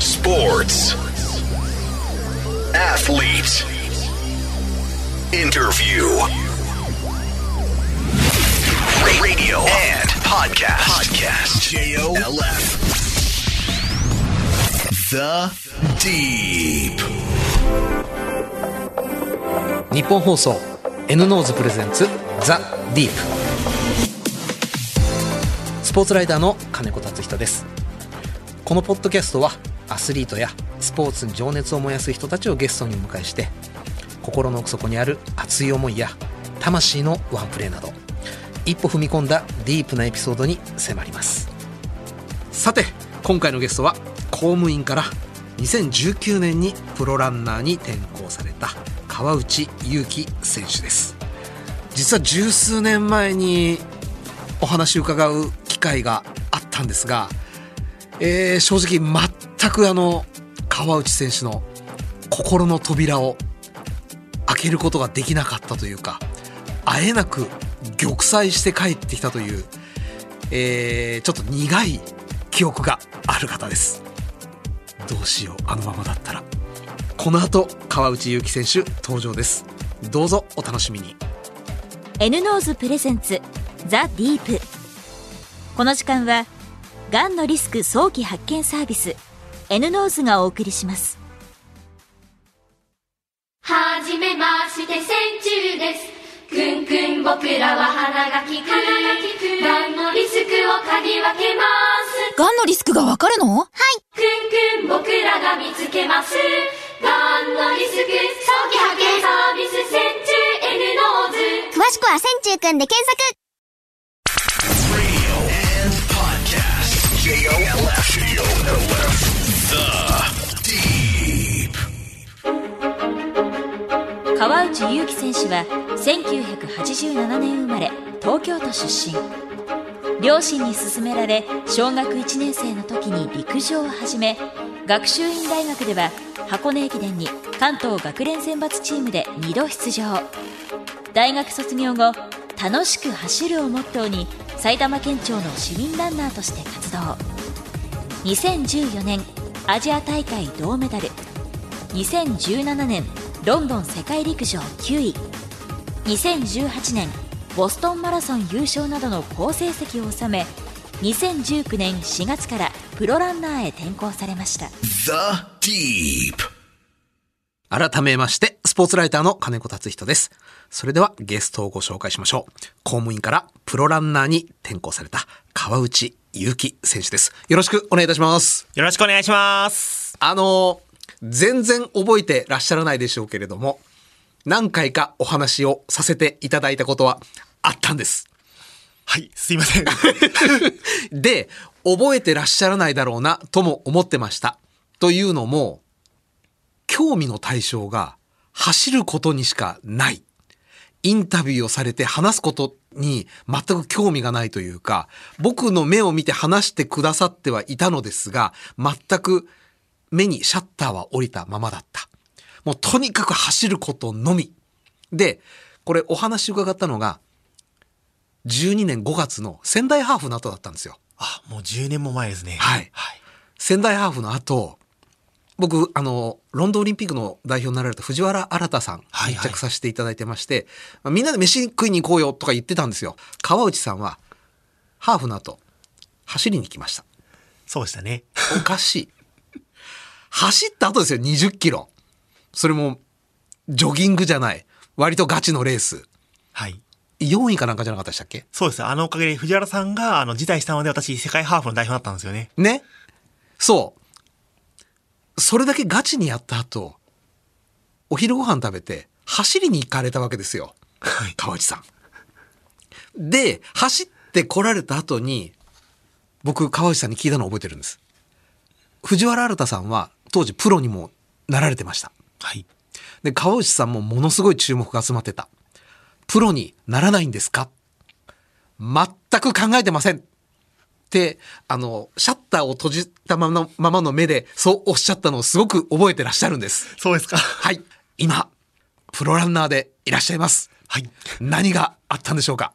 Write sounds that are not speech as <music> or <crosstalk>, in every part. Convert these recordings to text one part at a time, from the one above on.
Sports. Athlete. Interview. Ra- Radio and podcast. Podcast. J-O-L-F. The Deep. 日本放送 N ノーズプレゼンツザ・ディープスポーツライダーの金子達人ですこのポッドキャストはアスリートやスポーツに情熱を燃やす人たちをゲストにお迎えして心の奥底にある熱い思いや魂のワンプレーなど一歩踏み込んだディープなエピソードに迫りますさて今回のゲストは公務員から2019年にプロランナーに転向された川内優輝選手です実は十数年前にお話を伺う機会があったんですが、えー正直全くあの川内選手の心の扉を開けることができなかったというかあえなく玉砕して帰ってきたという、えーちょっと苦い記憶がある方ですどうしようあのままだったらこの後川内優輝選手登場ですどうぞお楽しみに N ノーズプレゼンツザ・ディープこの時間はがんのリスク早期発見サービス N ノーズがお送りしますはじめまして千中ですくんくん僕らは花がきく花がきくがんのリスクを嗅ぎ分けますがんのリスクがわかるのくんくん僕らが見つけますがんのリスク早期発見サービス千中 N ノーズ詳しくは千中くんで検索 Radio and podcast. J-O-L-F. J-O-L-F. The Deep. 川内優輝選手は1987年生まれ東京都出身両親に勧められ小学1年生の時に陸上を始め学習院大学では箱根駅伝に関東学連選抜チームで2度出場大学卒業後楽しく走るをモットーに埼玉県庁の市民ランナーとして活動2014年アジア大会銅メダル2017年ロンドン世界陸上9位2018年ボストンマラソン優勝などの好成績を収め2019年4月からプロランナーへ転向されました The Deep. 改めまして、スポーツライターの金子達人です。それではゲストをご紹介しましょう。公務員からプロランナーに転向された川内優輝選手です。よろしくお願いいたします。よろしくお願いします。あのー全然覚えてらっしゃらないでしょうけれども、何回かお話をさせていただいたことはあったんです。はい、すいま <laughs> せん。で、覚えてらっしゃらないだろうなとも思ってました。というのも、興味の対象が走ることにしかない。インタビューをされて話すことに全く興味がないというか、僕の目を見て話してくださってはいたのですが、全く目にシャッターは降りたままだった。もうとにかく走ることのみ。で、これお話伺ったのが、12年5月の仙台ハーフの後だったんですよ。あ、もう10年も前ですね。はい仙台ハーフの後僕あのロンドンオリンピックの代表になられた藤原新さんはい密はい着させていただいてまして、まあみんなで飯食いに行こうよとか言ってたんですよ川内さんはハーフの後走りに来ましたそうでしたね。おかしい走った後ですよ2 0キロそれもジョギングじゃない割とガチのレースはい。 4位かなんかじゃなかったでしたっけそうです。あのおかげで藤原さんが、あの、辞退したので私、世界ハーフの代表だったんですよね。ね。そう。それだけガチにやった後、お昼ご飯食べて、走りに行かれたわけですよ。川内さん。で、走って来られた後に、僕、川内さんに聞いたのを覚えてるんです。藤原新さんは、当時プロにもなられてました。はい。で、川内さんもものすごい注目が集まってた。プロにならないんですか全く考えてませんって、あの、シャッターを閉じたままのままの目で、そうおっしゃったのをすごく覚えてらっしゃるんです。そうですか。はい。今、プロランナーでいらっしゃいます。はい。何があったんでしょうか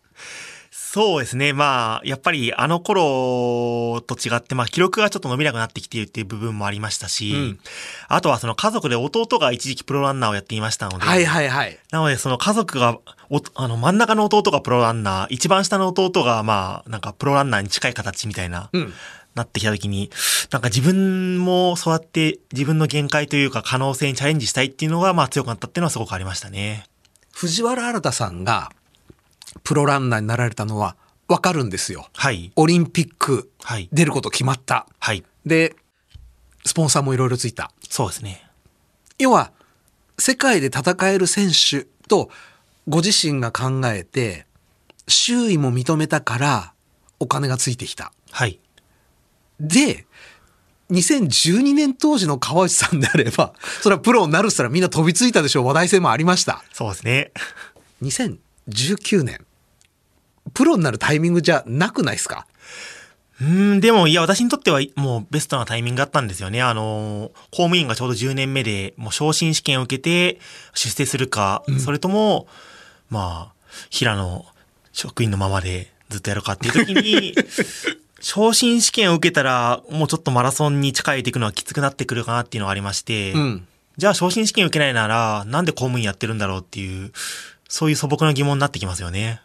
そうですね。まあ、やっぱりあの頃と違って、まあ、記録がちょっと伸びなくなってきているっていう部分もありましたし、うんあとはその家族で弟が一時期プロランナーをやっていましたので、はいはいはい。なのでその家族が、おあの、真ん中の弟がプロランナー、一番下の弟が、まあ、なんかプロランナーに近い形みたいな、うん。なってきた時に、なんか自分もそうやって自分の限界というか可能性にチャレンジしたいっていうのが、まあ強くなったっていうのはすごくありましたね。藤原新さんがプロランナーになられたのはわかるんですよ。はい。オリンピックはい。出ること決まった。はい。で、スポンサーもいろいろついた。そうですね。要は、世界で戦える選手とご自身が考えて、周囲も認めたからお金がついてきた。はい。で、2012年当時の川内さんであれば、 <laughs> それはプロになるっつったらみんな飛びついたでしょう。話題性もありました。そうですね。 2019年、プロになるタイミングじゃなくないですかうーん、でも、いや、私にとっては、もう、ベストなタイミングだったんですよね。あのー、公務員がちょうど10年目で、もう、昇進試験を受けて、出世するか、それとも、まあ、平野職員のままで、ずっとやるかっていう <laughs> 時に、昇進試験を受けたら、もうちょっとマラソンに近いていくのはきつくなってくるかなっていうのがありまして、うん。じゃあ、昇進試験受けないなら、なんで公務員やってるんだろうっていう、そういう素朴な疑問になってきますよね。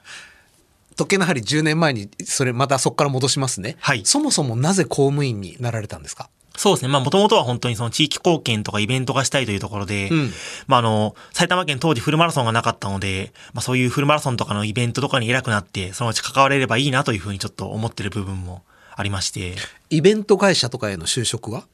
時計の針10年前に、それまたそこから戻しますね。はいそもそもなぜ公務員になられたんですかそうですね。まあ、もともとは本当にその地域貢献とかイベントがしたいというところで、うんまあ、あの、埼玉県当時フルマラソンがなかったので、まあ、そういうフルマラソンとかのイベントとかに偉くなって、そのうち関われればいいなというふうにちょっと思ってる部分もありまして、イベント会社とかへの就職は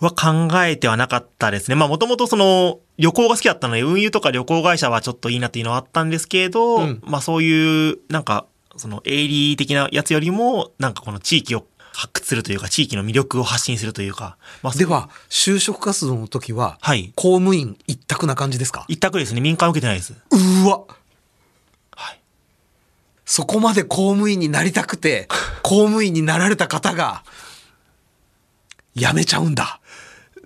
は考えてはなかったですね。まあ、もともとその、旅行が好きだったので、運輸とか旅行会社はちょっといいなっていうのはあったんですけど、うんまあ、そういう、なんか、その、営利的なやつよりも、なんかこの地域を発掘するというか、地域の魅力を発信するというか、まあ、そうでは、就職活動の時は、はい。公務員一択な感じですか一択ですね。民間受けてないです。うーわはい。そこまで公務員になりたくて、公務員になられた方が、辞めちゃうんだ。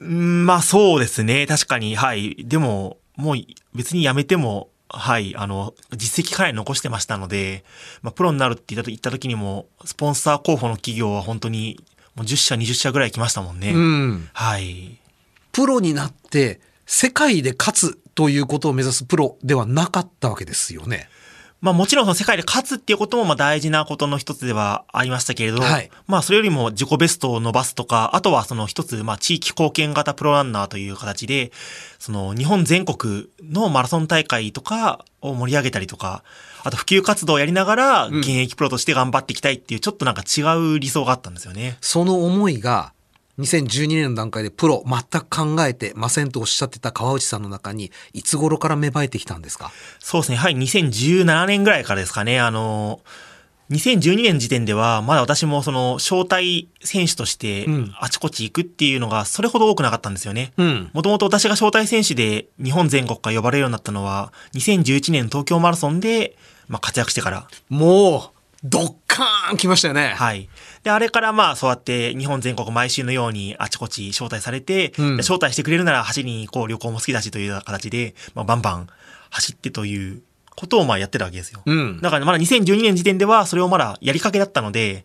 うんまあそうですね。確かに。はい。でも、もう別に辞めても、はい。あの、実績かなり残してましたので、まあプロになるって言った言った時にも、スポンサー候補の企業は本当に、もう10社、20社ぐらい来ましたもんね。うん。はい。プロになって世界で勝つということを目指すプロではなかったわけですよね。まあもちろんその世界で勝つっていうこともまあ大事なことの一つではありましたけれど、はいまあそれよりも自己ベストを伸ばすとか、あとはその一つまあ地域貢献型プロランナーという形で、その日本全国のマラソン大会とかを盛り上げたりとか、あと普及活動をやりながら現役プロとして頑張っていきたいっていうちょっとなんか違う理想があったんですよね。その思いが2012年の段階でプロ全く考えてませんとおっしゃってた川内さんの中にいつ頃から芽生えてきたんですかそうですね。はい。2017年ぐらいからですかね。あの、2012年時点では、まだ私もその、招待選手としてうん、あちこち行くっていうのが、それほど多くなかったんですよね。うん。もともと私が招待選手で日本全国から呼ばれるようになったのは、2011年東京マラソンで、まあ、活躍してから。もう、ドッカーン来ましたよね。はい。で、あれからまあ、そうやって日本全国毎週のようにあちこち招待されて、うんで招待してくれるなら走りに行こう、旅行も好きだしというような形で、まあ、バンバン走ってということをまあ、やってたわけですよ。うん。だからまだ2012年時点ではそれをまだやりかけだったので、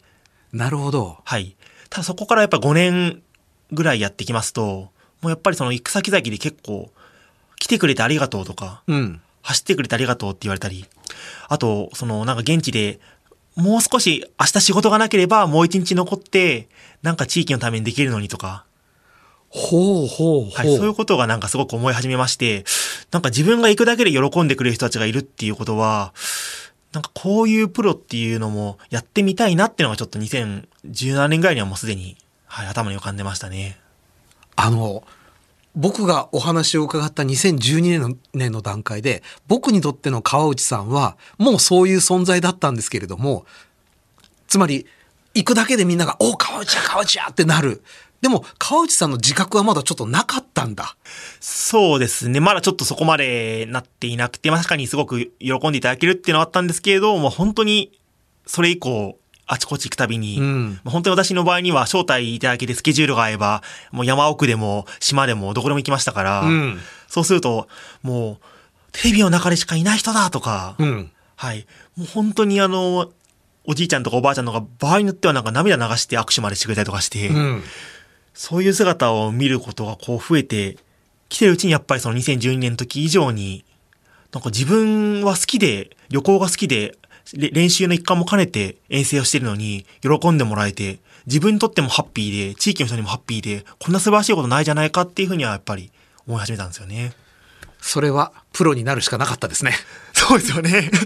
なるほど。はい。ただそこからやっぱ5年ぐらいやってきますと、もうやっぱりその行く先々で結構、来てくれてありがとうとか、うん。走ってくれてありがとうって言われたり、あと、そのなんか現地で、もう少し明日仕事がなければもう一日残って、なんか地域のためにできるのにとか、ほうほうほう。はい、そういうことがなんかすごく思い始めまして、なんか自分が行くだけで喜んでくれる人たちがいるっていうことは、なんかこういうプロっていうのもやってみたいなっていうのがちょっと2017年ぐらいにはもうすでに、はい、頭に浮かんでましたね。あの、僕がお話を伺った2012年の年の段階で、僕にとっての川内さんは、もうそういう存在だったんですけれども、つまり、行くだけでみんなが、おう川内や川内やってなる。でも、川内さんの自覚はまだちょっとなかったんだ。そうですね。まだちょっとそこまでなっていなくて、まあ確かにすごく喜んでいただけるっていうのはあったんですけれど、もう本当にそれ以降、あちこち行くたびに、うんまあ本当に私の場合には招待いただけでスケジュールが合えば、もう山奥でも島でもどこでも行きましたから、うん。そうすると、もう、テレビの中でしかいない人だとか、うん。はい。もう本当にあの、おじいちゃんとかおばあちゃんとか場合によってはなんか涙流して握手までしてくれたりとかして、うん。そういう姿を見ることがこう増えてきてるうちにやっぱりその2012年の時以上に、なんか自分は好きで、旅行が好きで、れ練習の一環も兼ねて遠征をしてるのに喜んでもらえて、自分にとってもハッピーで、地域の人にもハッピーで、こんな素晴らしいことないじゃないかっていうふうにはやっぱり思い始めたんですよね。それはプロになるしかなかったですね。そうですよね。 <laughs>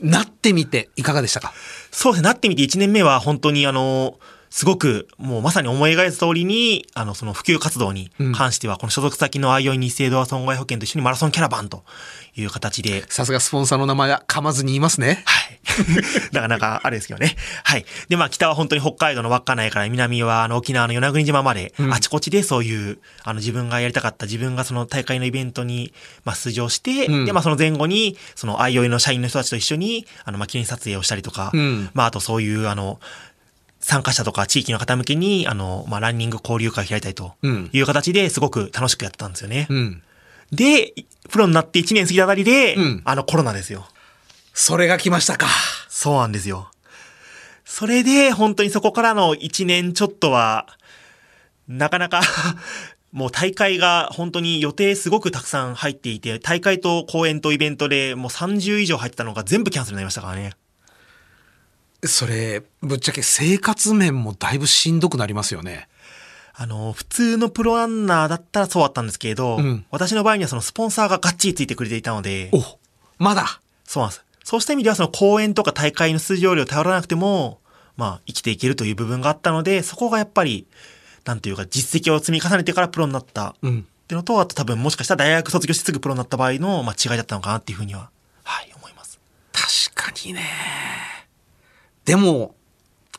なってみていかがでしたかそうですね、なってみて1年目は本当にあの、すごく、もうまさに思い描いた通りに、あの、その普及活動にうん関しては、この所属先の IO 日生ドア損害保険と一緒にマラソンキャラバンという形で、さすがスポンサーの名前は噛まずに言いますね。はい。 <laughs> なかなかあれですけどね。はい。で、まあ、北は本当に北海道の稚内から南は、あの、沖縄の与那国島まで、うんあちこちでそういう、あの、自分がやりたかった、自分がその大会のイベントに、まあ、出場して、うんで、まあ、その前後に、その、IOI の社員の人たちと一緒に、あの、まあ、記念撮影をしたりとか、うんまあ、あとそういう、あの、参加者とか地域の方向けに、あの、まあ、ランニング交流会を開いたりとうんいう形ですごく楽しくやってたんですよね。うん。で、プロになって1年過ぎたあたりで、うんあの、コロナですよ。それが来ましたか。そうなんですよ。それで、本当にそこからの1年ちょっとは、なかなか、 <laughs> もう大会が本当に予定すごくたくさん入っていて、大会と公演とイベントでもう30以上入ってたのが全部キャンセルになりましたからね。それ、ぶっちゃけ生活面もだいぶしんどくなりますよね。あの、普通のプロランナーだったらそうだったんですけれど、うん私の場合にはそのスポンサーががっちりついてくれていたので、おまだそうなんです。そうした意味では、その公演とか大会の出場量を頼らなくても、まあ、生きていけるという部分があったので、そこがやっぱり、なんというか、実績を積み重ねてからプロになった。っうん。てのと、あと多分もしかしたら大学卒業してすぐプロになった場合の、まあ、違いだったのかなっていうふうには、はい、思います。確かにね。でも、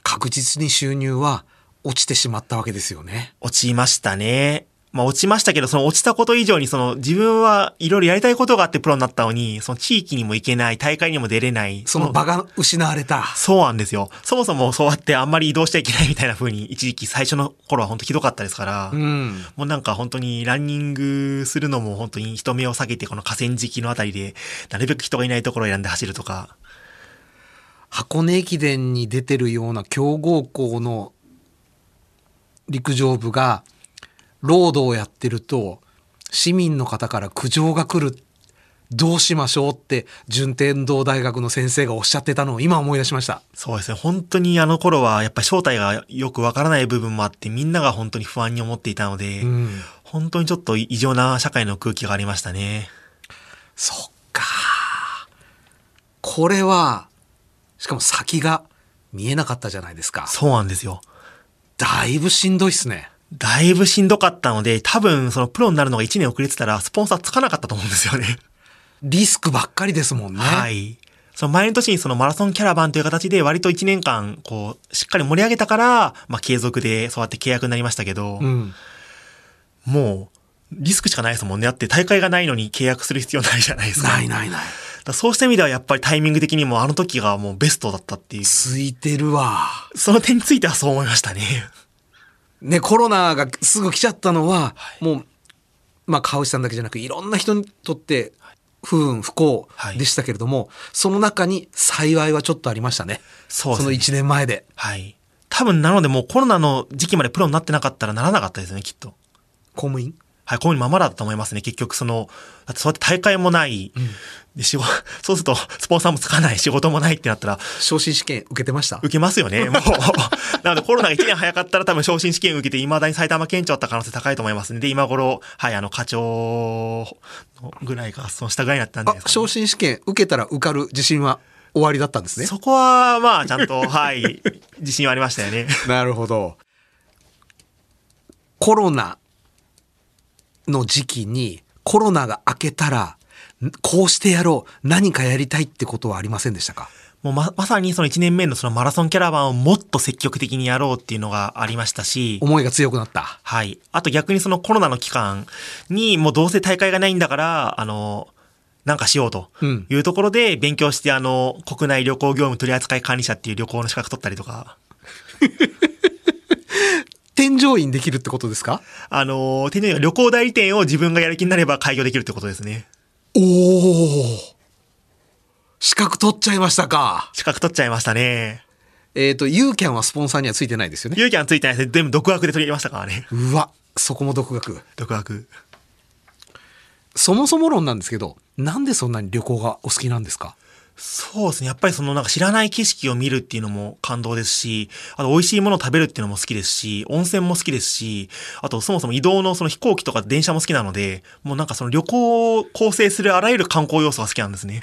確実に収入は落ちてしまったわけですよね。落ちましたね。まあ、落ちましたけど、その落ちたこと以上に、その、自分はいろいろやりたいことがあってプロになったのに、その地域にも行けない、大会にも出れない。その場が失われた。そうなんですよ。そもそもそうやってあんまり移動しちゃいけないみたいな風に一時期最初の頃は本当ひどかったですから、うん。もうなんか本当にランニングするのも本当に人目を避けてこの河川敷のあたりでなるべく人がいないところを選んで走るとか、箱根駅伝に出てるような強豪校の陸上部がロードをやってると市民の方から苦情が来るどうしましょうって順天堂大学の先生がおっしゃってたのを今思い出しましたそうですね。本当にあの頃はやっぱり正体がよくわからない部分もあってみんなが本当に不安に思っていたので、ん本当にちょっと異常な社会の空気がありましたね。そっかこれはしかも先が見えなかったじゃないですかそうなんですよ。だいぶしんどいっすねだいぶしんどかったので、多分そのプロになるのが1年遅れてたらスポンサーつかなかったと思うんですよね。リスクばっかりですもんね、はい。その前の年にそのマラソンキャラバンという形で割と1年間こうしっかり盛り上げたから、まあ継続でそうやって契約になりましたけど、うん、もうリスクしかないですもんね。だって大会がないのに契約する必要ないじゃないですか。ないだかないないらそうした意味ではやっぱりタイミング的にもあの時がもうベストだったっていう。ついてるわその点についてはそう思いましたね。ね、コロナがすぐ来ちゃったのは、もう、まあ、川内さんだけじゃなく、いろんな人にとって、不運、不幸はいでしたけれども、その中に幸いはちょっとありましたね。そうですねの1年前で。はい。多分なのでもうコロナの時期までプロになってなかったらならなかったですね、きっと。公務員はい、こういうままだと思いますね。結局、その、だってそうやって大会もない、で仕事、 <laughs> そうすると、スポンサーもつかない、仕事もないってなったら、昇進試験受けてました受けますよね、もう。 <laughs> なので、コロナが1年早かったら多分昇進試験受けて、未だに埼玉県庁だった可能性高いと思いますね。で、今頃、はい、あの、課長のぐらいか、その下ぐらいになったんじゃあない、ですかね、昇進試験受けたら受かる自信は終わりだったんですね。そこは、まあ、ちゃんと、はい、自信はありましたよね。なるほど。コロナの時期にコロナが明けたら、んこうしてやろう、何かやりたいってことはありませんでしたかもうま、まさにその1年目のそのマラソンキャラバンをもっと積極的にやろうっていうのがありましたし、思いが強くなった。はい。あと逆にそのコロナの期間に、もうどうせ大会がないんだから、あの、なんかしようとうんいうところで勉強して、あの、国内旅行業務取扱管理者っていう旅行の資格取ったりとか、添乗員できるってことですかあの、手に旅行代理店を自分がやる気になれば開業できるってことですね。おお資格取っちゃいましたか。資格取っちゃいましたね。えっ、と、ユーキャンはスポンサーにはついてないですよね。ユーキャンついてないです全部独学で取り入れましたからね。うわ、そこも独学。独学。そもそも論なんですけど、なんでそんなに旅行がお好きなんですかそうですね。やっぱりそのなんか知らない景色を見るっていうのも感動ですし、あと美味しいものを食べるっていうのも好きですし、温泉も好きですし、あとそもそも移動のその飛行機とか電車も好きなので、もうなんかその旅行を構成するあらゆる観光要素が好きなんですね。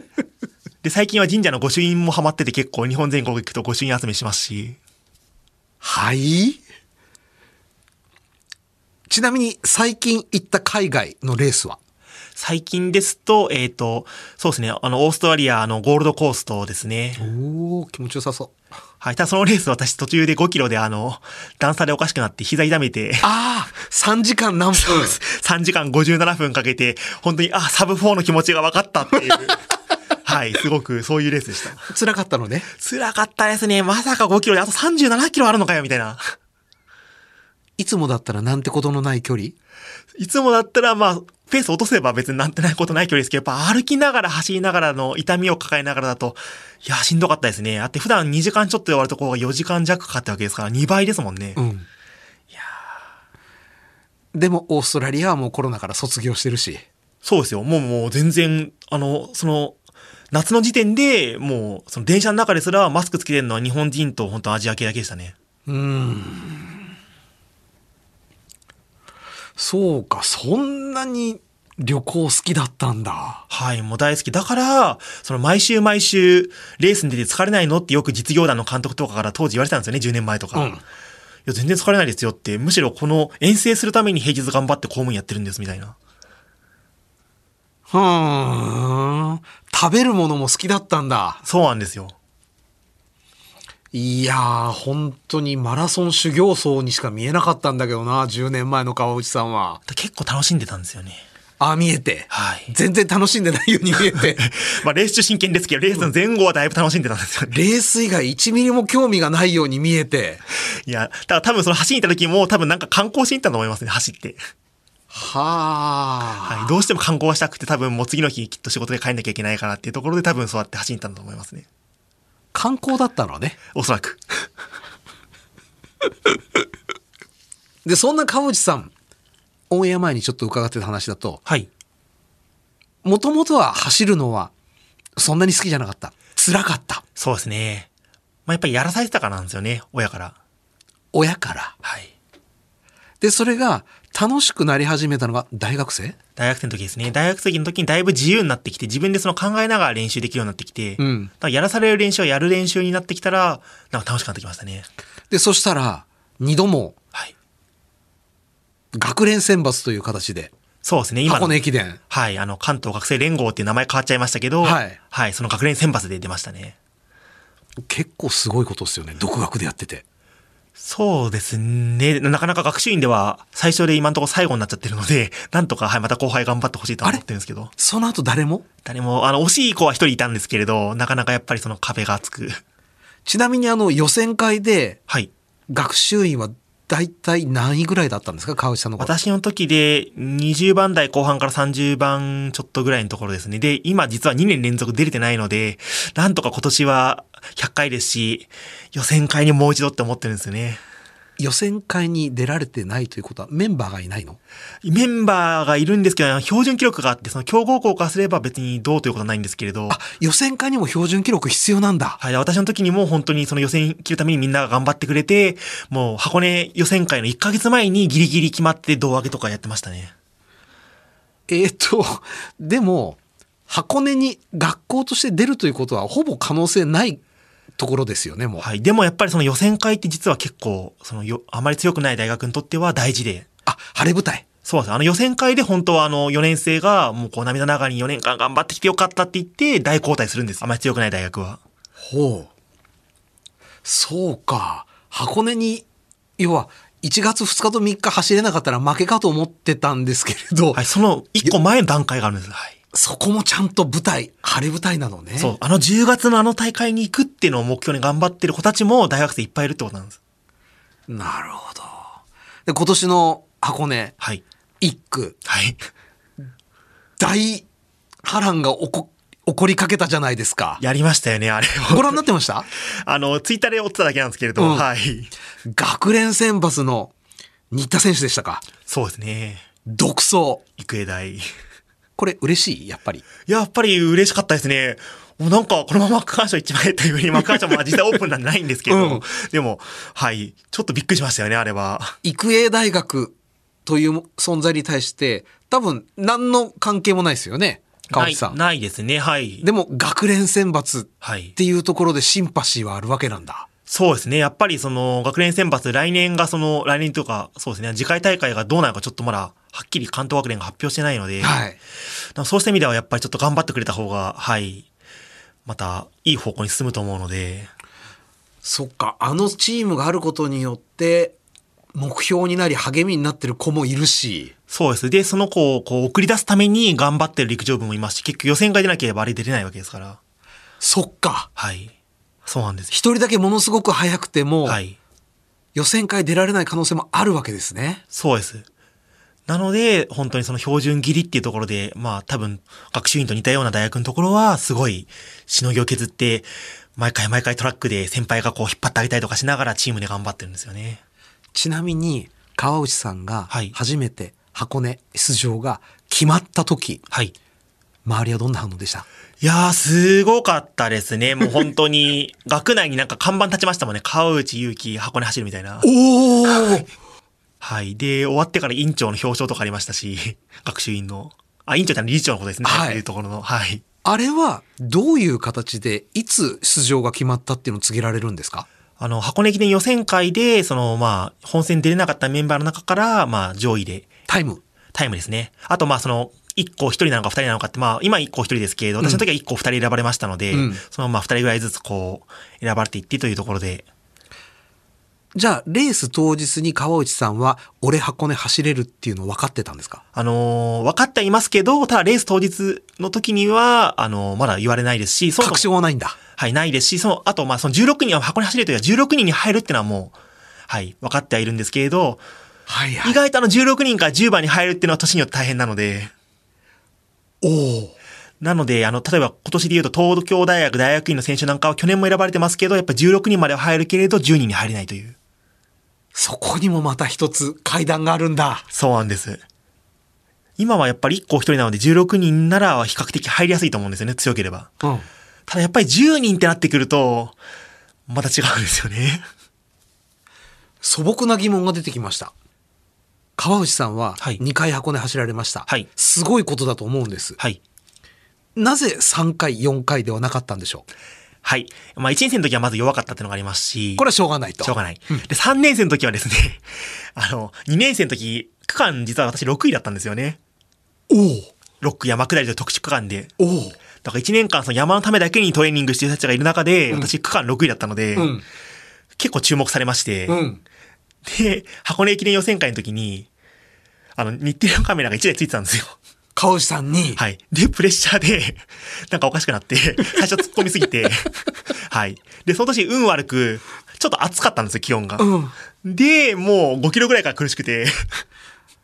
<laughs> で、最近は神社の御朱印もハマってて結構日本全国行くと御朱印集めしますし、はいちなみに最近行った海外のレースは最近ですと、えっ、と、そうですね、あの、オーストラリアのゴールドコーストですね。おお気持ちよさそう。はい。ただそのレース私途中で5キロであの、段差でおかしくなって膝痛めて、ああ !3 時間何分 <laughs> 3時間57分かけて、本当に、あ、サブ4の気持ちが分かった <laughs> っていう。はい、すごくそういうレースでした。辛かったのね。辛かったですね。まさか5キロであと37キロあるのかよ、みたいな。いつもだったらなんてことのない距離 <laughs> いつもだったら、まあ、ペース落とせば別になんてないことない距離ですけど、やっぱ歩きながら走りながらの痛みを抱えながらだと、いや、しんどかったですね。あって普段2時間ちょっとで終わるところが4時間弱かかったわけですから、2倍ですもんね。うん。いやでもオーストラリアはもうコロナから卒業してるし。そうですよ。もうもう全然、あの、その、夏の時点で、もう、その電車の中ですらマスクつけてるのは日本人と本当アジア系だけでしたね。そうか、そんなに旅行好きだったんだ。はい、もう大好き。だから、その毎週毎週、レースに出て疲れないのってよく実業団の監督とかから当時言われてたんですよね、10年前とか。うんいや、全然疲れないですよって、むしろこの遠征するために平日頑張って公務員やってるんです、みたいな。ふーん。食べるものも好きだったんだ。そうなんですよ。いやー、本当にマラソン修行僧にしか見えなかったんだけどな、10年前の川内さんは。結構楽しんでた <laughs> んですよね。ああ見えて。はい全然楽しんでないように見え <laughs> て。まあ、レース中真剣ですけど、レースの前後はだいぶ楽しんでたんですよね。レース以外1ミリも興味がないように見えて。いや、だから多分その走りに行った時も多分なんか観光しに行ったと思いますね、走って。はあ、はい。どうしても観光がしたくて多分もう次の日きっと仕事で帰んなきゃいけないからっていうところで多分そうやって走りに行ったんだと思いますね。観光だったのね。おそらく。で、そんな川内さん、オンエア前にちょっと伺ってた話だと、はい。もともとは走るのはそんなに好きじゃなかった。辛かった。そうですね。まあやっぱりやらされてたからなんですよね、親から。親から。はい。で、それが楽しくなり始めたのが大学生大学生の時ですね。大学生の時にだいぶ自由になってきて、自分でその考えながら練習できるようになってきて、うんだからやらされる練習をやる練習になってきたら、なんか楽しくなってきましたね。で、そしたら、二度もはい。学連選抜という形で、そうですね、今の箱根駅伝。はい、あの、関東学生連合っていう名前変わっちゃいましたけど、はいはい、その学連選抜で出ましたね。結構すごいことですよね。独学でやってて。そうですね。なかなか学習院では最初で今のところ最後になっちゃってるので、 <laughs> なんとか、はい、また後輩頑張ってほしいとは思ってるんですけど。その後誰も誰も、あの、惜しい子は一人いたんですけれど、なかなかやっぱりその壁が厚く。ちなみにあの予選会ではい。学習院は大体何位ぐらいだったんですか川内さんの頃。私の時で20番台後半から30番ちょっとぐらいのところですね。で、今実は2年連続出れてないので、なんとか今年は100回ですし、予選会にもう一度って思ってるんですよね。予選会に出られてないということはメンバーがいないのメンバーがいるんですけど、標準記録があって、その強豪校からすれば別にどうということはないんですけれど、あ、予選会にも標準記録必要なんだ。はい、私の時にも本当にその予選切るためにみんなが頑張ってくれて、もう箱根予選会の1ヶ月前にギリギリ決まって胴上げとかやってましたね。えっ、と、でも、箱根に学校として出るということはほぼ可能性ないところですよね、もう。はい、でもやっぱりその予選会って実は結構、そのよ、あまり強くない大学にとっては大事で、あ、晴れ舞台。そうなんです。あの予選会で本当はあの4年生がもうこう涙ながらに4年間頑張ってきてよかったって言って大交代するんです。あまり強くない大学は。ほう。そうか。箱根に、要は、1月2日と3日走れなかったら負けかと思ってたんですけれど、はい、その1個前の段階があるんです。はい。そこもちゃんと舞台、晴れ舞台なのね。そう。あの10月のあの大会に行くっていうのを目標に頑張ってる子たちも大学生いっぱいいるってことなんです。なるほど。で、今年の箱根、はい。一区、はい。大波乱が起こ怒りかけたじゃないですか。やりましたよね、あれ <laughs> を。ご覧になってましたあの、ツイッターで追ってただけなんですけれど、うんはい。学連選抜の新田選手でしたか。そうですね。独走。育英大。これ嬉しいやっぱり。やっぱり嬉しかったですね。もうなんか、このまま区間賞一枚というふうに、まあ、区間 <laughs> 賞も実際オープンなんでないんですけど、うんでも、はい。ちょっとびっくりしましたよね、あれは。育英大学という存在に対して、多分何の関係もないですよね。川内さん。ないないですね、はい。でも学連選抜っはいて。いうところでシンパシーはあるわけなんだ。そうですね。やっぱりその学連選抜、来年がその、来年というか、そうですね。次回大会がどうなるかちょっとまだ、はっきり関東学連が発表してないので、はい。なんかそうした意味ではやっぱりちょっと頑張ってくれた方が、はい。また、いい方向に進むと思うので、そっか、あのチームがあることによって、目標になり励みになってる子もいるし、そうです。で、その子をこう送り出すために頑張ってる陸上部もいますし、結局予選会でなければあれ出れないわけですから。そっか、はい。そうなんです。一人だけものすごく速くても、はい。予選会出られない可能性もあるわけですね。そうです。なので、本当にその標準切りっていうところで、まあ多分、学習院と似たような大学のところは、すごい、しのぎを削って、毎回毎回トラックで先輩がこう引っ張ってあげたりとかしながらチームで頑張ってるんですよね。ちなみに、川内さんがはい初めて箱根出場が決まった時、はい。周りはどんな反応でしたいやー、すごかったですね。もう本当に、 <laughs> 学内になんか看板立ちましたもんね。川内優輝、箱根走るみたいな。おおはい。で、終わってから委員長の表彰とかありました <laughs> し、学習院の。あ、委員長じゃない理事長のことですね。はいっていうところの。はい。 <laughs> あれはどういう形でいつ出場が決まったっていうのを告げられるんですかあの、箱根駅伝予選会で、その、まあ、本戦出れなかったメンバーの中から、まあ、上位で、タイムタイムですね。あと、まあ、その、1個1人なのか2人なのかって、まあ、今1個1人ですけど、私の時は1個2人選ばれましたので、うんそのまま2人ぐらいずつ、こう、選ばれていってというところで、じゃあレース当日に川内さんは俺箱根走れるっていうの分かってたんですかあのー分かってはいますけど、ただレース当日の時には、あのーまだ言われないですし、そも確そも証はないんだはい、ないですし、その、あと、まあ、その16人は箱に走れというよりは16人に入るってのはもう、はい、分かってはいるんですけれど、はい意外とあの16人から10番に入るっていうのは年によって大変なので、おおなので、あの、例えば今年で言うと東京大学大学院の選手なんかは去年も選ばれてますけど、やっぱ16人までは入るけれど10人に入れないという。そこにもまた一つ階段があるんだそうなんです。今はやっぱり1個1人なので16人なら比較的入りやすいと思うんですよね、強ければ。うんただやっぱり10人ってなってくると、また違うんですよね。素朴な疑問が出てきました川内さんははい2回箱根走られました、はいすごいことだと思うんです、はい。なぜ3回4回ではなかったんでしょはい。まあ1年生の時はまず弱かったっていうのがありますし。うこれはしょうがないとしょうがない。で、3年生の時はですね、 <laughs> あの、2年生の時、区間実は私6位だったんですよね。おお6区山下りと特殊区間で。おおだから1年間その山のためだけにトレーニングしてる人たちがいる中で、私区間6位だったので、うん結構注目されまして、うんで、箱根駅伝予選会の時に、あの、日テレのカメラが1台ついてたんですよ。川内さんに、はい。で、プレッシャーで、 <laughs> なんかおかしくなって、最初突っ込みすぎて、 <laughs> はい。で、その年運悪く、ちょっと暑かったんですよ、気温が。うんで、もう5キロぐらいから苦しくて、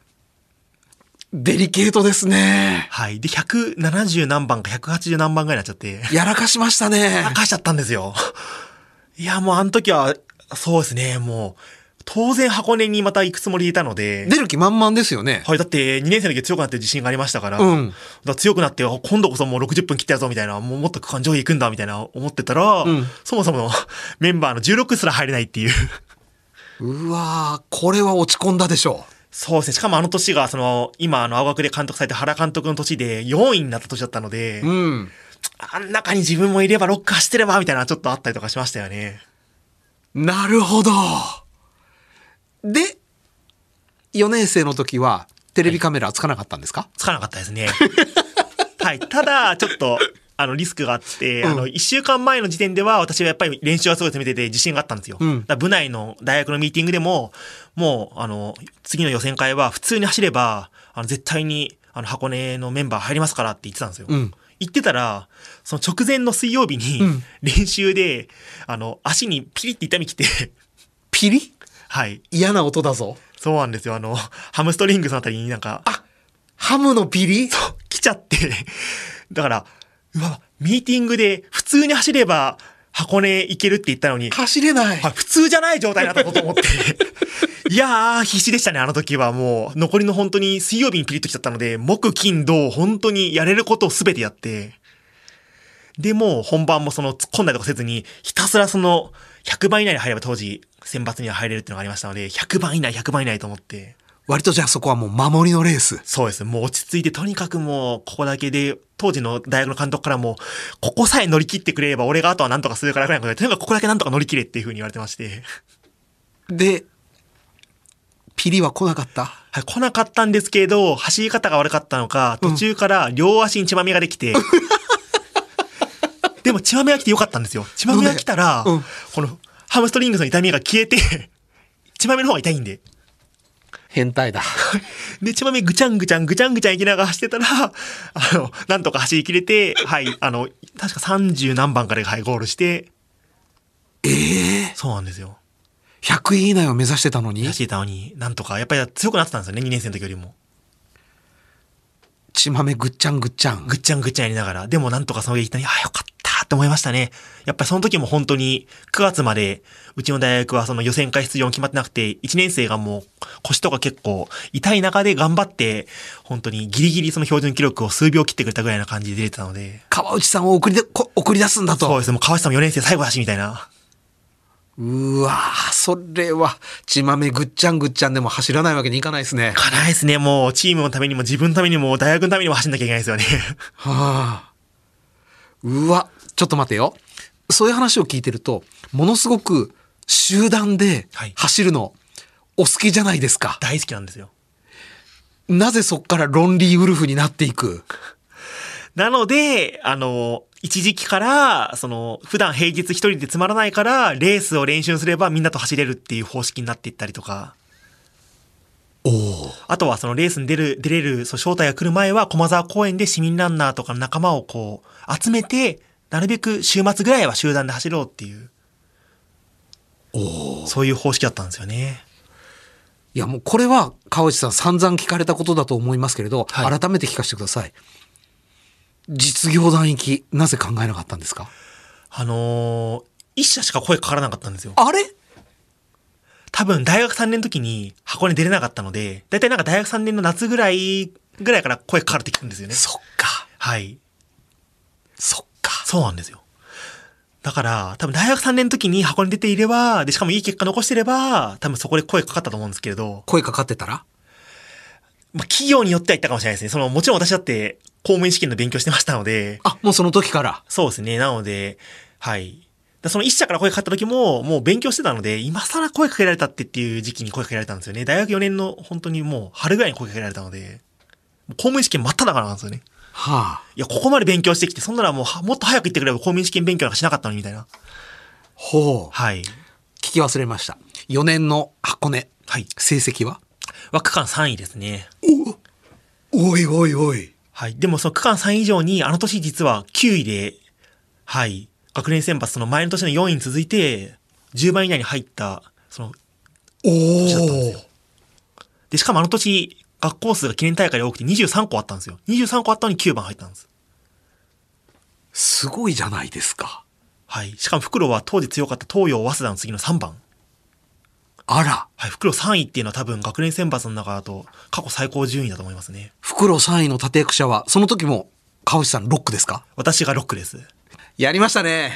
<laughs> デリケートですねはい。で、170何番か180何番ぐらいになっちゃって、 <laughs> やらかしましたね返しちゃったんですよ。 <laughs> いや、もうあの時は、そうですね、もう、当然箱根にまた行くつもりでいたので、出る気満々ですよねはい、だって2年生の時強くなってる自信がありましたから、うんだから強くなって、あ今度こそもう60分切ったやぞみたいな、もうもっと区間上位行くんだみたいな思ってたら、んそもそも <laughs> メンバーの16すら入れないっていう。 <laughs> うわーこれは落ち込んだでしょそうですね。しかもあの年が、その、今、あの、青学で監督されて原監督の年で4位になった年だったので、ううんあん中に自分もいれば、ロッカーしてれば、みたいな、ちょっとあったりとかしましたよね。なるほどで4年生の時はテレビカメラつかなかったんですか、つかなかったですね。 <laughs> はい。ただ、ちょっと、あの、リスクがあって、あの、一週間前の時点では、私はやっぱり練習はすごい詰めてて自信があったんですよ。うんだから部内の大学のミーティングでも、もう、あの、次の予選会は普通に走れば、あの、絶対に、あの、箱根のメンバー入りますからって言ってたんですよ。うん言ってたら、その直前の水曜日に、練習で、あの、足にピリって痛みきて、 <laughs> ピリはい。嫌な音だぞそうなんですよ。あの、ハムストリングスのあたりになんか、ハムのピリ <laughs> そう、来ちゃって、だから、うわ、ミーティングで普通に走れば箱根行けるって言ったのに、走れない。はい普通じゃない状態だったと思って。 <laughs> いやー、必死でしたね、あの時はもう、残りの本当に水曜日にピリッときちゃったので、木、金、土、本当にやれることを全てやって、で、もう本番もその突っ込んだりとかせずに、ひたすらその、100番以内に入れば当時、選抜には入れるっていうのがありましたので、100番以内、100番以内と思って、割とじゃあそこはもう守りのレース。そうですね。もう落ち着いて、とにかくもう、ここだけで、当時の大学の監督からも、ここさえ乗り切ってくれれば、俺があとは何とかするからぐらいのことで、とにかくここだけ何とか乗り切れっていうふうに言われてまして。で、ピリは来なかった。はい、来なかったんですけど、走り方が悪かったのか、途中から両足に血まみれがで <laughs> きて、でも血まみれが来てよかったんですよ。血まみれが来たら、うんこの、ハムストリングスの痛みが消えて、血まみれの方が痛いんで。変態だ。 <laughs> で、血まみれぐちゃんぐちゃんぐちゃんぐちゃんいきながら走ってたら、あの、なんとか走り切れて、はい、あの、確か30何番からが、はい、ゴールして、ええそうなんですよ。 100位以内を目指してたのに、走れたのに、なんとか、やっぱり強くなってたんですよね、2年生の時よりも。血まめぐっちゃんぐっちゃん。ぐっちゃんぐっちゃんやりながら、でもなんとかその上行ったに、あ、よかったって思いましたね。やっぱりその時も本当に、9月まで、うちの大学はその予選会出場も決まってなくて、1年生がもう腰とか結構痛い中で頑張って、本当にギリギリその標準記録を数秒切ってくれたぐらいな感じで出てたので、川内さんを送りでこ送り出すんだそうとで。すね、もう川下さんも4年生最後だしみたいな。うわーそれは、血まめぐっちゃんぐっちゃんでも走らないわけにいかないですね。かないですね、もうチームのためにも自分のためにも大学のためにも走んなきゃいけないですよね。はあ。うわ、ちょっと待てよ。そういう話を聞いてると、ものすごく集団ではい走るの、お好きじゃないですか。 <laughs> 大好きなんですよ。なぜそっからロンリーウルフになっていくなので、あの、一時期から、その、普段平日一人でつまらないから、レースを練習すればみんなと走れるっていう方式になっていったりとか。あとはそのレースに出る、出れる、そう、招待が来る前は、駒沢公園で市民ランナーとかの仲間をこう、集めて、なるべく週末ぐらいは集団で走ろうっていう。そういう方式だったんですよね。いやもうこれは川内さん散々聞かれたことだと思いますけれど、はい改めて聞かせてください。実業団行き、なぜ考えなかったんですかあのー一社しか声かからなかったんですよ。あれ多分大学3年の時に箱根出れなかったので、だいたいなんか大学3年の夏ぐらい、ぐらいから声かかれてきたんですよね。そっか、はい。そっか。そうなんですよ。だから、多分大学3年の時に箱根出ていれば、で、しかもいい結果残してれば、多分そこで声かかったと思うんですけれど、声かかってたらまあ企業によっては言ったかもしれないですね。その、もちろん私だって公務員試験の勉強してましたので、あ、もうその時から。そうですね。なので、はい。だその一社から声かかった時も、もう勉強してたので、今更声かけられたってっていう時期に声かけられたんですよね。大学4年の本当にもう春ぐらいに声かけられたので、もう公務員試験真っ只中なんですよね。はあ。いや、ここまで勉強してきて、そんならもうはもっと早く行ってくれば公務員試験勉強なんかしなかったのにみたいな。ほう。はい。聞き忘れました。4年の箱根。はい。成績はは区間3位ですね。おいおいおい。はい。でもその区間3位以上に、あの年実は9位で、はい。学年選抜、その前の年の4位に続いて、10番以内に入った、そのお年だったんですーよ。で、しかもあの年、学校数が記念大会で多くて23個あったんですよ。23個あったのに9番入ったんです。すごいじゃないですか。はい。しかも袋は当時強かった東洋早稲田の次の3番。あら、はい。袋3位っていうのは多分学年選抜の中だと過去最高順位だと思いますね。袋3位の立役者は、その時も、川内さんロックですか私が6区です。やりましたね。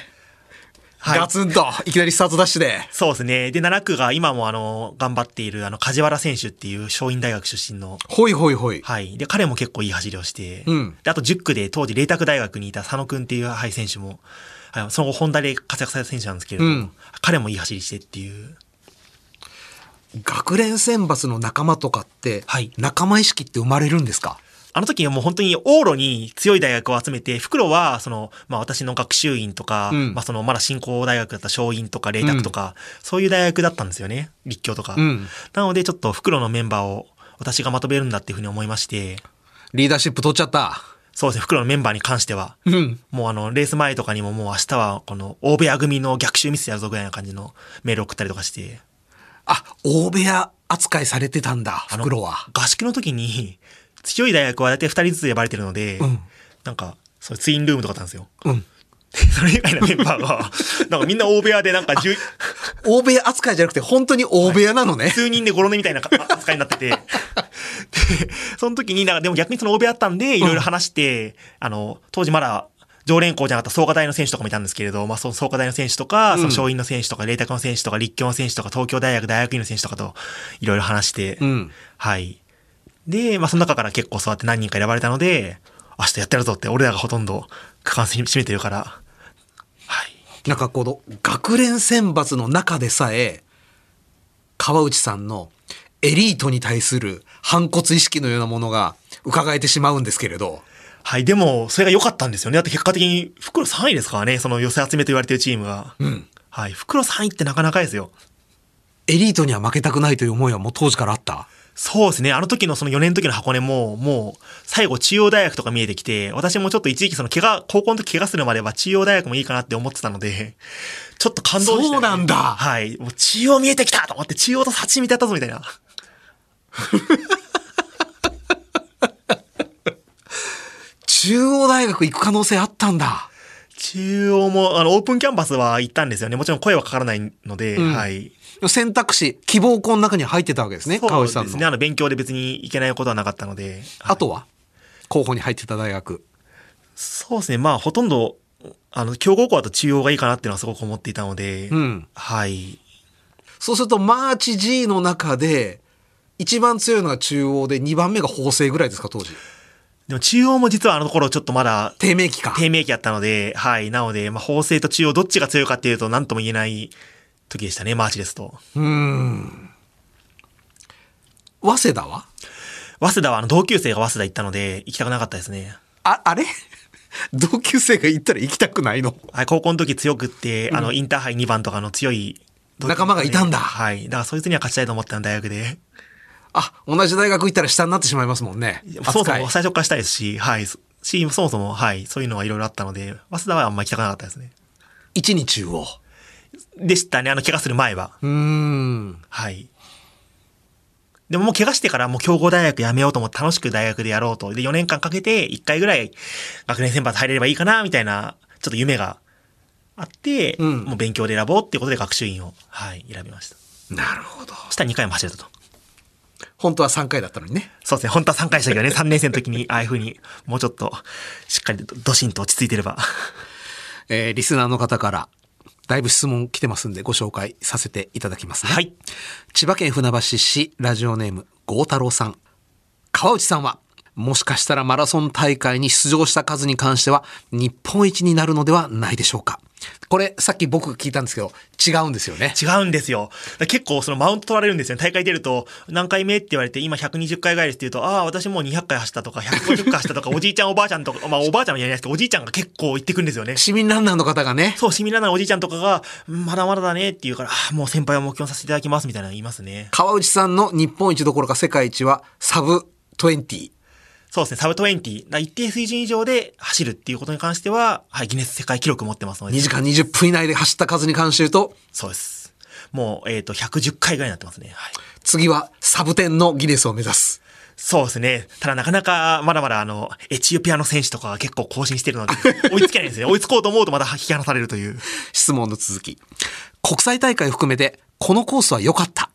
はい。ガツンと、いきなりスタートダッシュで。そうですね。で、7区が今もあの、頑張っているあの、梶原選手っていう松陰大学出身のほいほいほい。はい。で、彼も結構いい走りをして、うんで、あと10区で当時、麗卓大学にいた佐野くんっていう、はい、選手も、はいその後、ホンダで活躍された選手なんですけれど、うん彼もいい走りしてっていう。学連選抜の仲間とかって、はい仲間意識って生まれるんですかあの時はもう本当に往路に強い大学を集めて、袋は、その、まあ私の学習院とか、うんまあその、まだ新興大学だった松陰とか麗卓とか、そういう大学だったんですよね。立教とか。うんなので、ちょっと袋のメンバーを私がまとめるんだっていうふうに思いまして、リーダーシップ取っちゃった。そうですね、袋のメンバーに関しては、うん。もうあの、レース前とかにももう明日はこの、大部屋組の逆襲ミスやるぞぐらいな感じのメール送ったりとかして、あ、大部屋扱いされてたんだ、あの袋は。合宿の時に、強い大学は大体二人ずつ呼ばれてるので、うんなんか、そうツインルームとかだったんですよ。うん。それ以外のメンバーが、なんかみんな大部屋でなんか10、大部屋扱いじゃなくて、本当に大部屋なのね。数人でゴロ寝みたいな扱いになってて。 <laughs> で、その時になんか、でも逆にその欧米あったんで、いろいろ話して、あの、当時まだ、常連校じゃなかった創価大の選手とかもいたんですけれど、まあ、その創価大の選手とか、その松陰の選手とか、麗澤の選手とか、立教の選手とか、東京大学大学院の選手とかと、いろいろ話して、うんはい。で、まあ、その中から結構そうやって何人か選ばれたので、明日やってやるぞって、俺らがほとんど区間占めてるから、は <laughs> い。なんかこの学連選抜の中でさえ川内さんのエリートに対する反骨意識のようなものが伺えてしまうんですけれどはい、でも、それが良かったんですよね。だって結果的に、袋3位ですからね、その寄せ集めと言われてるチームが。んはい、袋3位ってなかなかですよ。エリートには負けたくないという思いはもう当時からあったそうですね、あの時のその4年の時の箱根も、もう、最後中央大学とか見えてきて、私もちょっと一時期その怪我、高校の時怪我するまでは中央大学もいいかなって思ってたので、ちょっと感動でした、そうなんだはい、もう中央見えてきたと思って、中央と幸見てやったぞみたいな。中央大学行く可能性あったんだ中央も、あの、オープンキャンパスは行ったんですよね。もちろん声はかからないので、んはい。選択肢希望校の中には入ってたわけですねそう川内さんでの、すね。あの、勉強で別に行けないことはなかったので。あとは候補に入ってた大学そうですね。まあ、ほとんど、あの、強豪校だと中央がいいかなっていうのはすごく思っていたので、うんはい。そうするとマーチ G の中で一番強いのが中央で2番目が法政ぐらいですか当時でも中央も実はあの頃ちょっとまだ、低迷期か低迷期だったので、はい。なので、まあ、法政と中央どっちが強いかっていうと何とも言えない時でしたね、マーチですと。早稲田は早稲田はあの同級生が早稲田行ったので、行きたくなかったですね。あ、あれ <laughs> 同級生が行ったら行きたくないのはい、高校の時強くって、あの、インターハイ2番とかの強い、仲間がいたんだはい。だからそいつには勝ちたいと思ったの、大学で。あ、同じ大学行ったら下になってしまいますもんね。そもそ扱いも。最初からしたいですし、はい。し、そもそも、はい。そういうのはいろいろあったので、早稲田はあんま行きたくなかったですね。一に中央。でしたね、あの、怪我する前は。うーん。はい。でももう怪我してからもう強豪大学やめようと思って楽しく大学でやろうと。で、4年間かけて1回ぐらい学年選抜入れればいいかな、みたいな、ちょっと夢があって、んもう勉強で選ぼうっていうことで学習院を、はい、選びました。なるほど。そしたら2回も走れたと。本当は3回だったのにね。そうですね、本当は3回したけどね、3年生の時に、ああいうふうに、もうちょっと、しっかりとドシンと落ち着いてれば。えーリスナーの方から、だいぶ質問来てますんでご紹介させていただきますね。はい。千葉県船橋市ラジオネーム豪太郎さん川内さんはもしかしたらマラソン大会に出場した数に関しては日本一になるのではないでしょうかこれさっき僕聞いたんですけど違うんですよね違うんですよ。だから結構そのマウント取られるんですよね。大会出ると、何回目って言われて、今120回ぐらいですって言うと、ああ、私もう200回走ったとか、150回走 <laughs> ったとか、おじいちゃんおばあちゃんとか、まあおばあちゃんはやりないですけど、おじいちゃんが結構言ってくるんですよね。市民ランナーの方がねそう、市民ランナーのおじいちゃんとかが、うんまだまだだねって言うから、ああもう先輩を目標にさせていただきますみたいなの言いますね。川内さんの日本一どころか世界一はサブ20そうですね、サブ20。だから一定水準以上で走るっていうことに関しては、はい、ギネス世界記録持ってますので。 2時間20分以内で走った数に関して言うとそうです。もう、えっ、と、110回ぐらいになってますね。はい。次はサブ10のギネスを目指すそうですね。ただなかなか、まだまだあの、エチオピアの選手とかが結構更新してるので、 <laughs> 追いつけないんですね。追いつこうと思うとまた引き離されるという。質問の続き。国際大会含めて、このコースは良かった。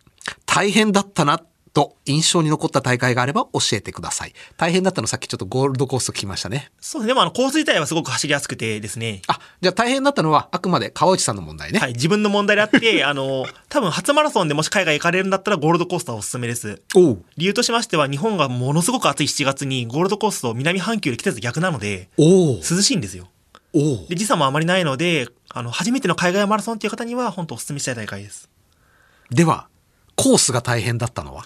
大変だったな、と印象に残った大会があれば教えてください。大変だったのさっきちょっとゴールドコースと聞きましたね。そうですね。でもあの、コース自体はすごく走りやすくてですね。あ、じゃあ大変だったのはあくまで川内さんの問題ね。はい、自分の問題であって、 <laughs> あの、多分初マラソンでもし海外行かれるんだったらゴールドコースターおすすめです。おう。理由としましては、日本がものすごく暑い7月にゴールドコースと南半球で季節逆なので、おう。涼しいんですよ。おう。で、時差もあまりないので、あの、初めての海外マラソンっていう方には、本当おすすめしたい大会です。では、コースが大変だったのは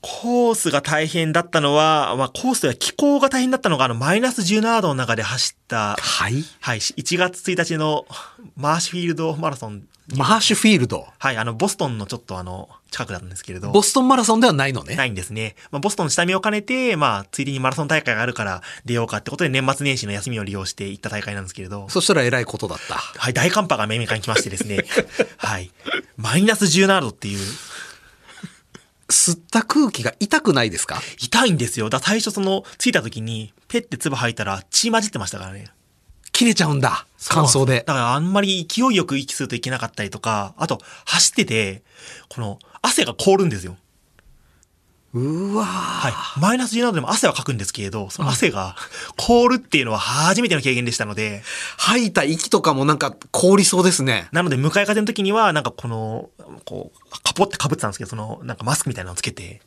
コースが大変だったのは、まあ、コースというか気候が大変だったのが、あの、マイナス17度の中で走った、はい。はい、1月1日のマーシュフィールドマラソン、マーシュフィールド。はい、あの、ボストンのちょっとあの、近くだったんですけれど、ボストンマラソンではないのね。ないんですね。まあ、ボストンの下見を兼ねて、まあ、ついでにマラソン大会があるから出ようかってことで、年末年始の休みを利用して行った大会なんですけれど、そしたら偉いことだった。はい、大寒波が目にかに来ましてですね、 <laughs> はい、マイナス17度っていう、吸った空気が痛くないですか痛いんですよ。だから最初その、着いた時に、ペッて唾吐いたら血混じってましたからね。切れちゃうんだ。感想でだ。からあんまり勢いよく息するといけなかったりとか、あと走ってて、この汗が凍るんですよ。うわーはい。マイナス17度でも汗はかくんですけれど、その汗が凍るっていうのは初めての経験でしたので、吐いた息とかもなんか凍りそうですね。なので向かい風の時には、なんかこの、こう、カポって被ってたんですけど、その、なんかマスクみたいなのをつけて、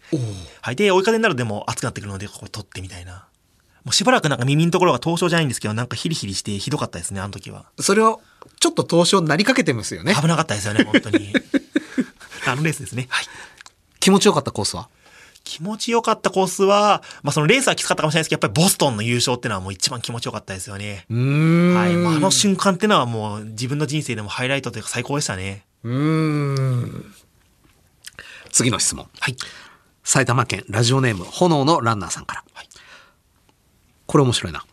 はい。で、追い風になるでも暑くなってくるので、ここ取ってみたいな。もうしばらくなんか耳のところが凍傷じゃないんですけど、なんかヒリヒリしてひどかったですね、あの時は。それをちょっと凍傷になりかけてますよね。危なかったですよね、本当に。あのレースですね。はい。気持ちよかったコースは気持ちよかったコースは、まあそのレースはきつかったかもしれないですけど、やっぱりボストンの優勝ってのはもう一番気持ちよかったですよね。うーん。はい。まああの瞬間ってのはもう自分の人生でもハイライトというか最高でしたね。うーん。次の質問。はい。埼玉県ラジオネーム炎のランナーさんから。これ面白いな。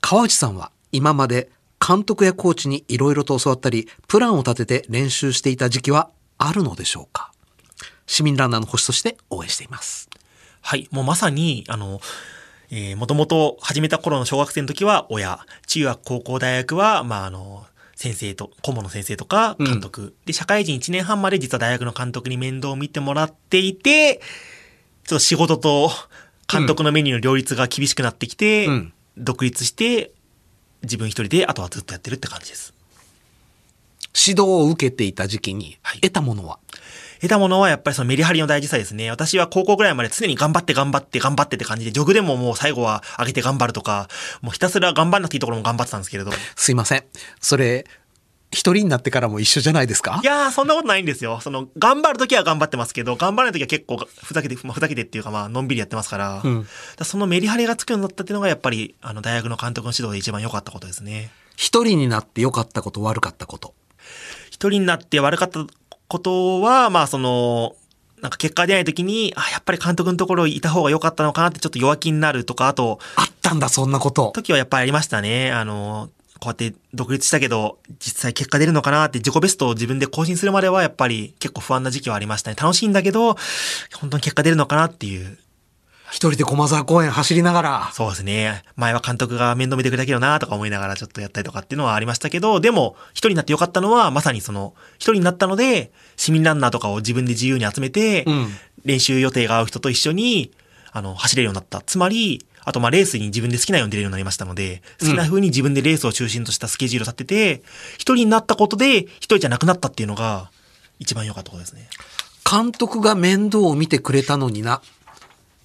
川内さんは今まで監督やコーチにいろいろと教わったり、プランを立てて練習していた時期はあるのでしょうか市民ランナーの星として応援しています。はい。もうまさに、あの、えー、もともと始めた頃の小学生の時は親、中学、高校、大学は、まああの、先生と、顧問の先生とか監督、で、社会人1年半まで実は大学の監督に面倒を見てもらっていて、ちょっと仕事と監督のメニューの両立が厳しくなってきて、うん独立して、自分一人で、あとはずっとやってるって感じです。指導を受けていた時期にはい得たものは、得たものはやっぱりそのメリハリの大事さですね。私は高校ぐらいまで常に頑張って頑張って頑張ってって感じで、ジョグでももう最後は上げて頑張るとか、もうひたすら頑張んなくていいところも頑張ってたんですけれど。いすいません。それ、一人になってからも一緒じゃないですかやー、そんなことないんですよ。その、頑張るときは頑張ってますけど、頑張らないときは結構ふざけて、まあふざけてっていうかまあ、のんびりやってますから、うんだからそのメリハリがつくようになったっていうのがやっぱり、あの、大学の監督の指導で一番良かったことですね。一人になって良かったこと、悪かったこと。一人になって悪かったことは、まあその、なんか結果が出ないときに、あ、やっぱり監督のところいた方が良かったのかなってちょっと弱気になるとか、あと、あったんだ、そんなこと。時はやっぱりありましたね。あの、こうやって独立したけど、実際結果出るのかなって自己ベストを自分で更新するまではやっぱり結構不安な時期はありましたね。楽しいんだけど、本当に結果出るのかなっていう。一人で駒沢公園走りながら。そうですね。前は監督が面倒見てくれたけどなとか思いながらちょっとやったりとかっていうのはありましたけど、でも、一人になってよかったのは、まさにその、一人になったので、市民ランナーとかを自分で自由に集めて、うん練習予定が合う人と一緒に、あの、走れるようになった。つまり、あと、まあ、レースに自分で好きなように出れるようになりましたので、好きな風に自分でレースを中心としたスケジュールを立てて、一人になったことで、一人じゃなくなったっていうのが、一番良かったことですね。監督が面倒を見てくれたのにな。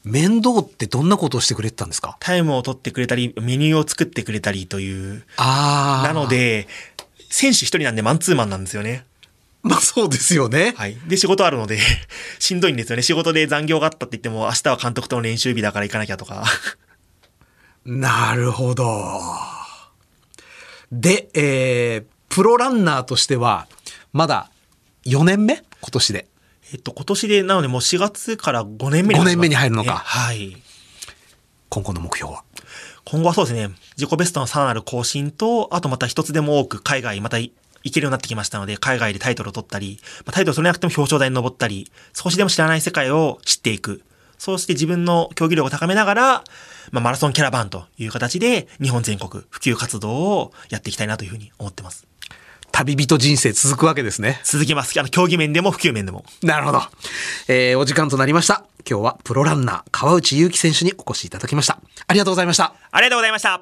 面倒ってどんなことをしてくれてたんですかタイムを取ってくれたり、メニューを作ってくれたりという、ああ。なの。で、選手一人なんでマンツーマンなんですよね。まあそうですよね。はい。で、仕事あるので、 <laughs> しんどいんですよね。仕事で残業があったって言っても、明日は監督との練習日だから行かなきゃとか。 <laughs> なるほど。で、えー、プロランナーとしては、まだ4年目今年で。えっと、今年で、なのでもう4月から5年目に入ります5年目に入るのかねはい。今後の目標は。今後はそうですね、自己ベストのさらなる更新と、あとまた一つでも多く海外、またい行けるようになってきましたので、海外でタイトルを取ったり、まあタイトル取れなくても表彰台に上ったり、少しでも知らない世界を知っていく。そうして自分の競技力を高めながら、まあ、マラソンキャラバンという形で、日本全国普及活動をやっていきたいなというふうに思ってます。旅人人生続くわけですね。続きます。あの、競技面でも普及面でも。なるほど。えー、お時間となりました。今日はプロランナー、川内優輝選手にお越しいただきました。ありがとうございました。ありがとうございました。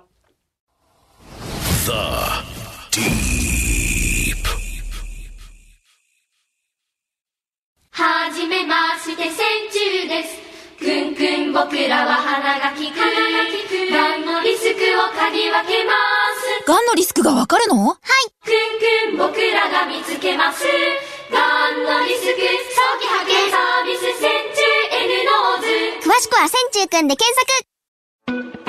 はじめまして千中ですくんくん僕らは花がきくがんのリスクを嗅ぎ分けますがんのリスクがわかるのくんくん僕らが見つけますがんのリスク早期発見サービス千中 N ノーズ詳しくは千中くんで検索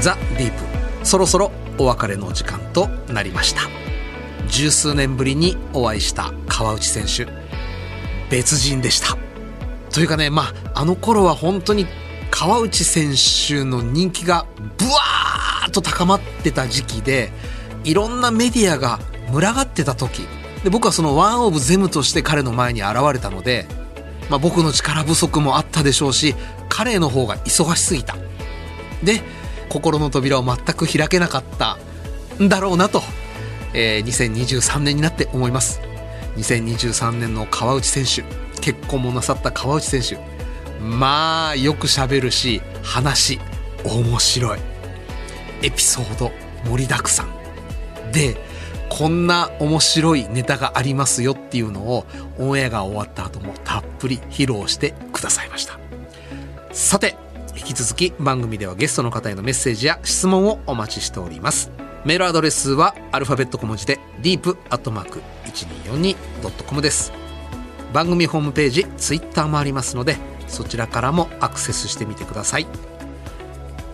ザ・ディープそろそろお別れのお時間となりました十数年ぶりにお会いした川内選手別人でしたというかねまああの頃は本当に川内選手の人気がブワーッと高まってた時期でいろんなメディアが群がってた時で僕はそのワンオブゼムとして彼の前に現れたのでまあ、僕の力不足もあったでしょうし彼の方が忙しすぎたで心の扉を全く開けなかったんだろうなと、えー2023年になって思います2023年の川内選手結婚もなさった川内選手まあよく喋るし話面白いエピソード盛りだくさんでこんな面白いネタがありますよっていうのをオンエアが終わった後もたっぷり披露してくださいましたさて引き続き番組ではゲストの方へのメッセージや質問をお待ちしておりますメールアドレスはアルファベット小文字で deep.1242.com です番組ホームページツイッターもありますのでそちらからもアクセスしてみてください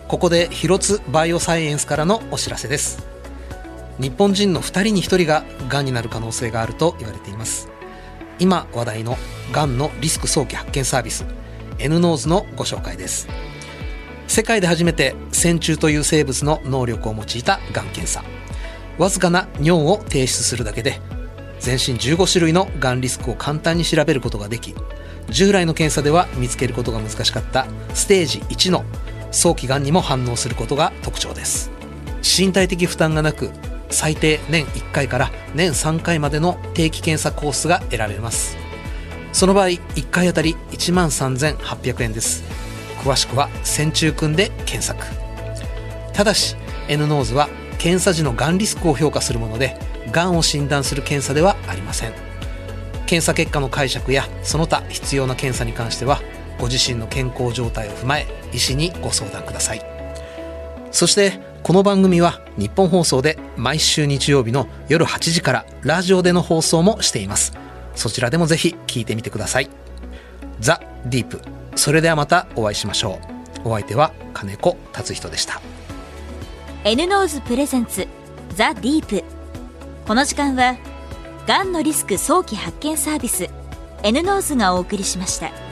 ここで広津バイオサイエンスからのお知らせです日本人の2人に1人ががんになる可能性があると言われています今話題のがんのリスク早期発見サービス N ノーズのご紹介です世界で初めて線虫という生物の能力を用いたがん検査わずかな尿を提出するだけで全身15種類のがんリスクを簡単に調べることができ従来の検査では見つけることが難しかったステージ1の早期がんにも反応することが特徴です身体的負担がなく最低年1回から年3回までの定期検査コースが得られますその場合1回あたり1万3800円です詳しくは「線虫くん」で検索ただし N ノーズは検査時のがんリスクを評価するものでがんを診断する検査ではありません検査結果の解釈やその他必要な検査に関してはご自身の健康状態を踏まえ医師にご相談くださいそしてこの番組は日本放送で毎週日曜日の夜8時からラジオでの放送もしていますそちらでもぜひ聞いてみてくださいザ・ディープそれではまたお会いしましょうお相手は金子達人でした N ノーズプレゼンツザ・ディープこの時間はがんのリスク早期発見サービス N ノーズがお送りしました。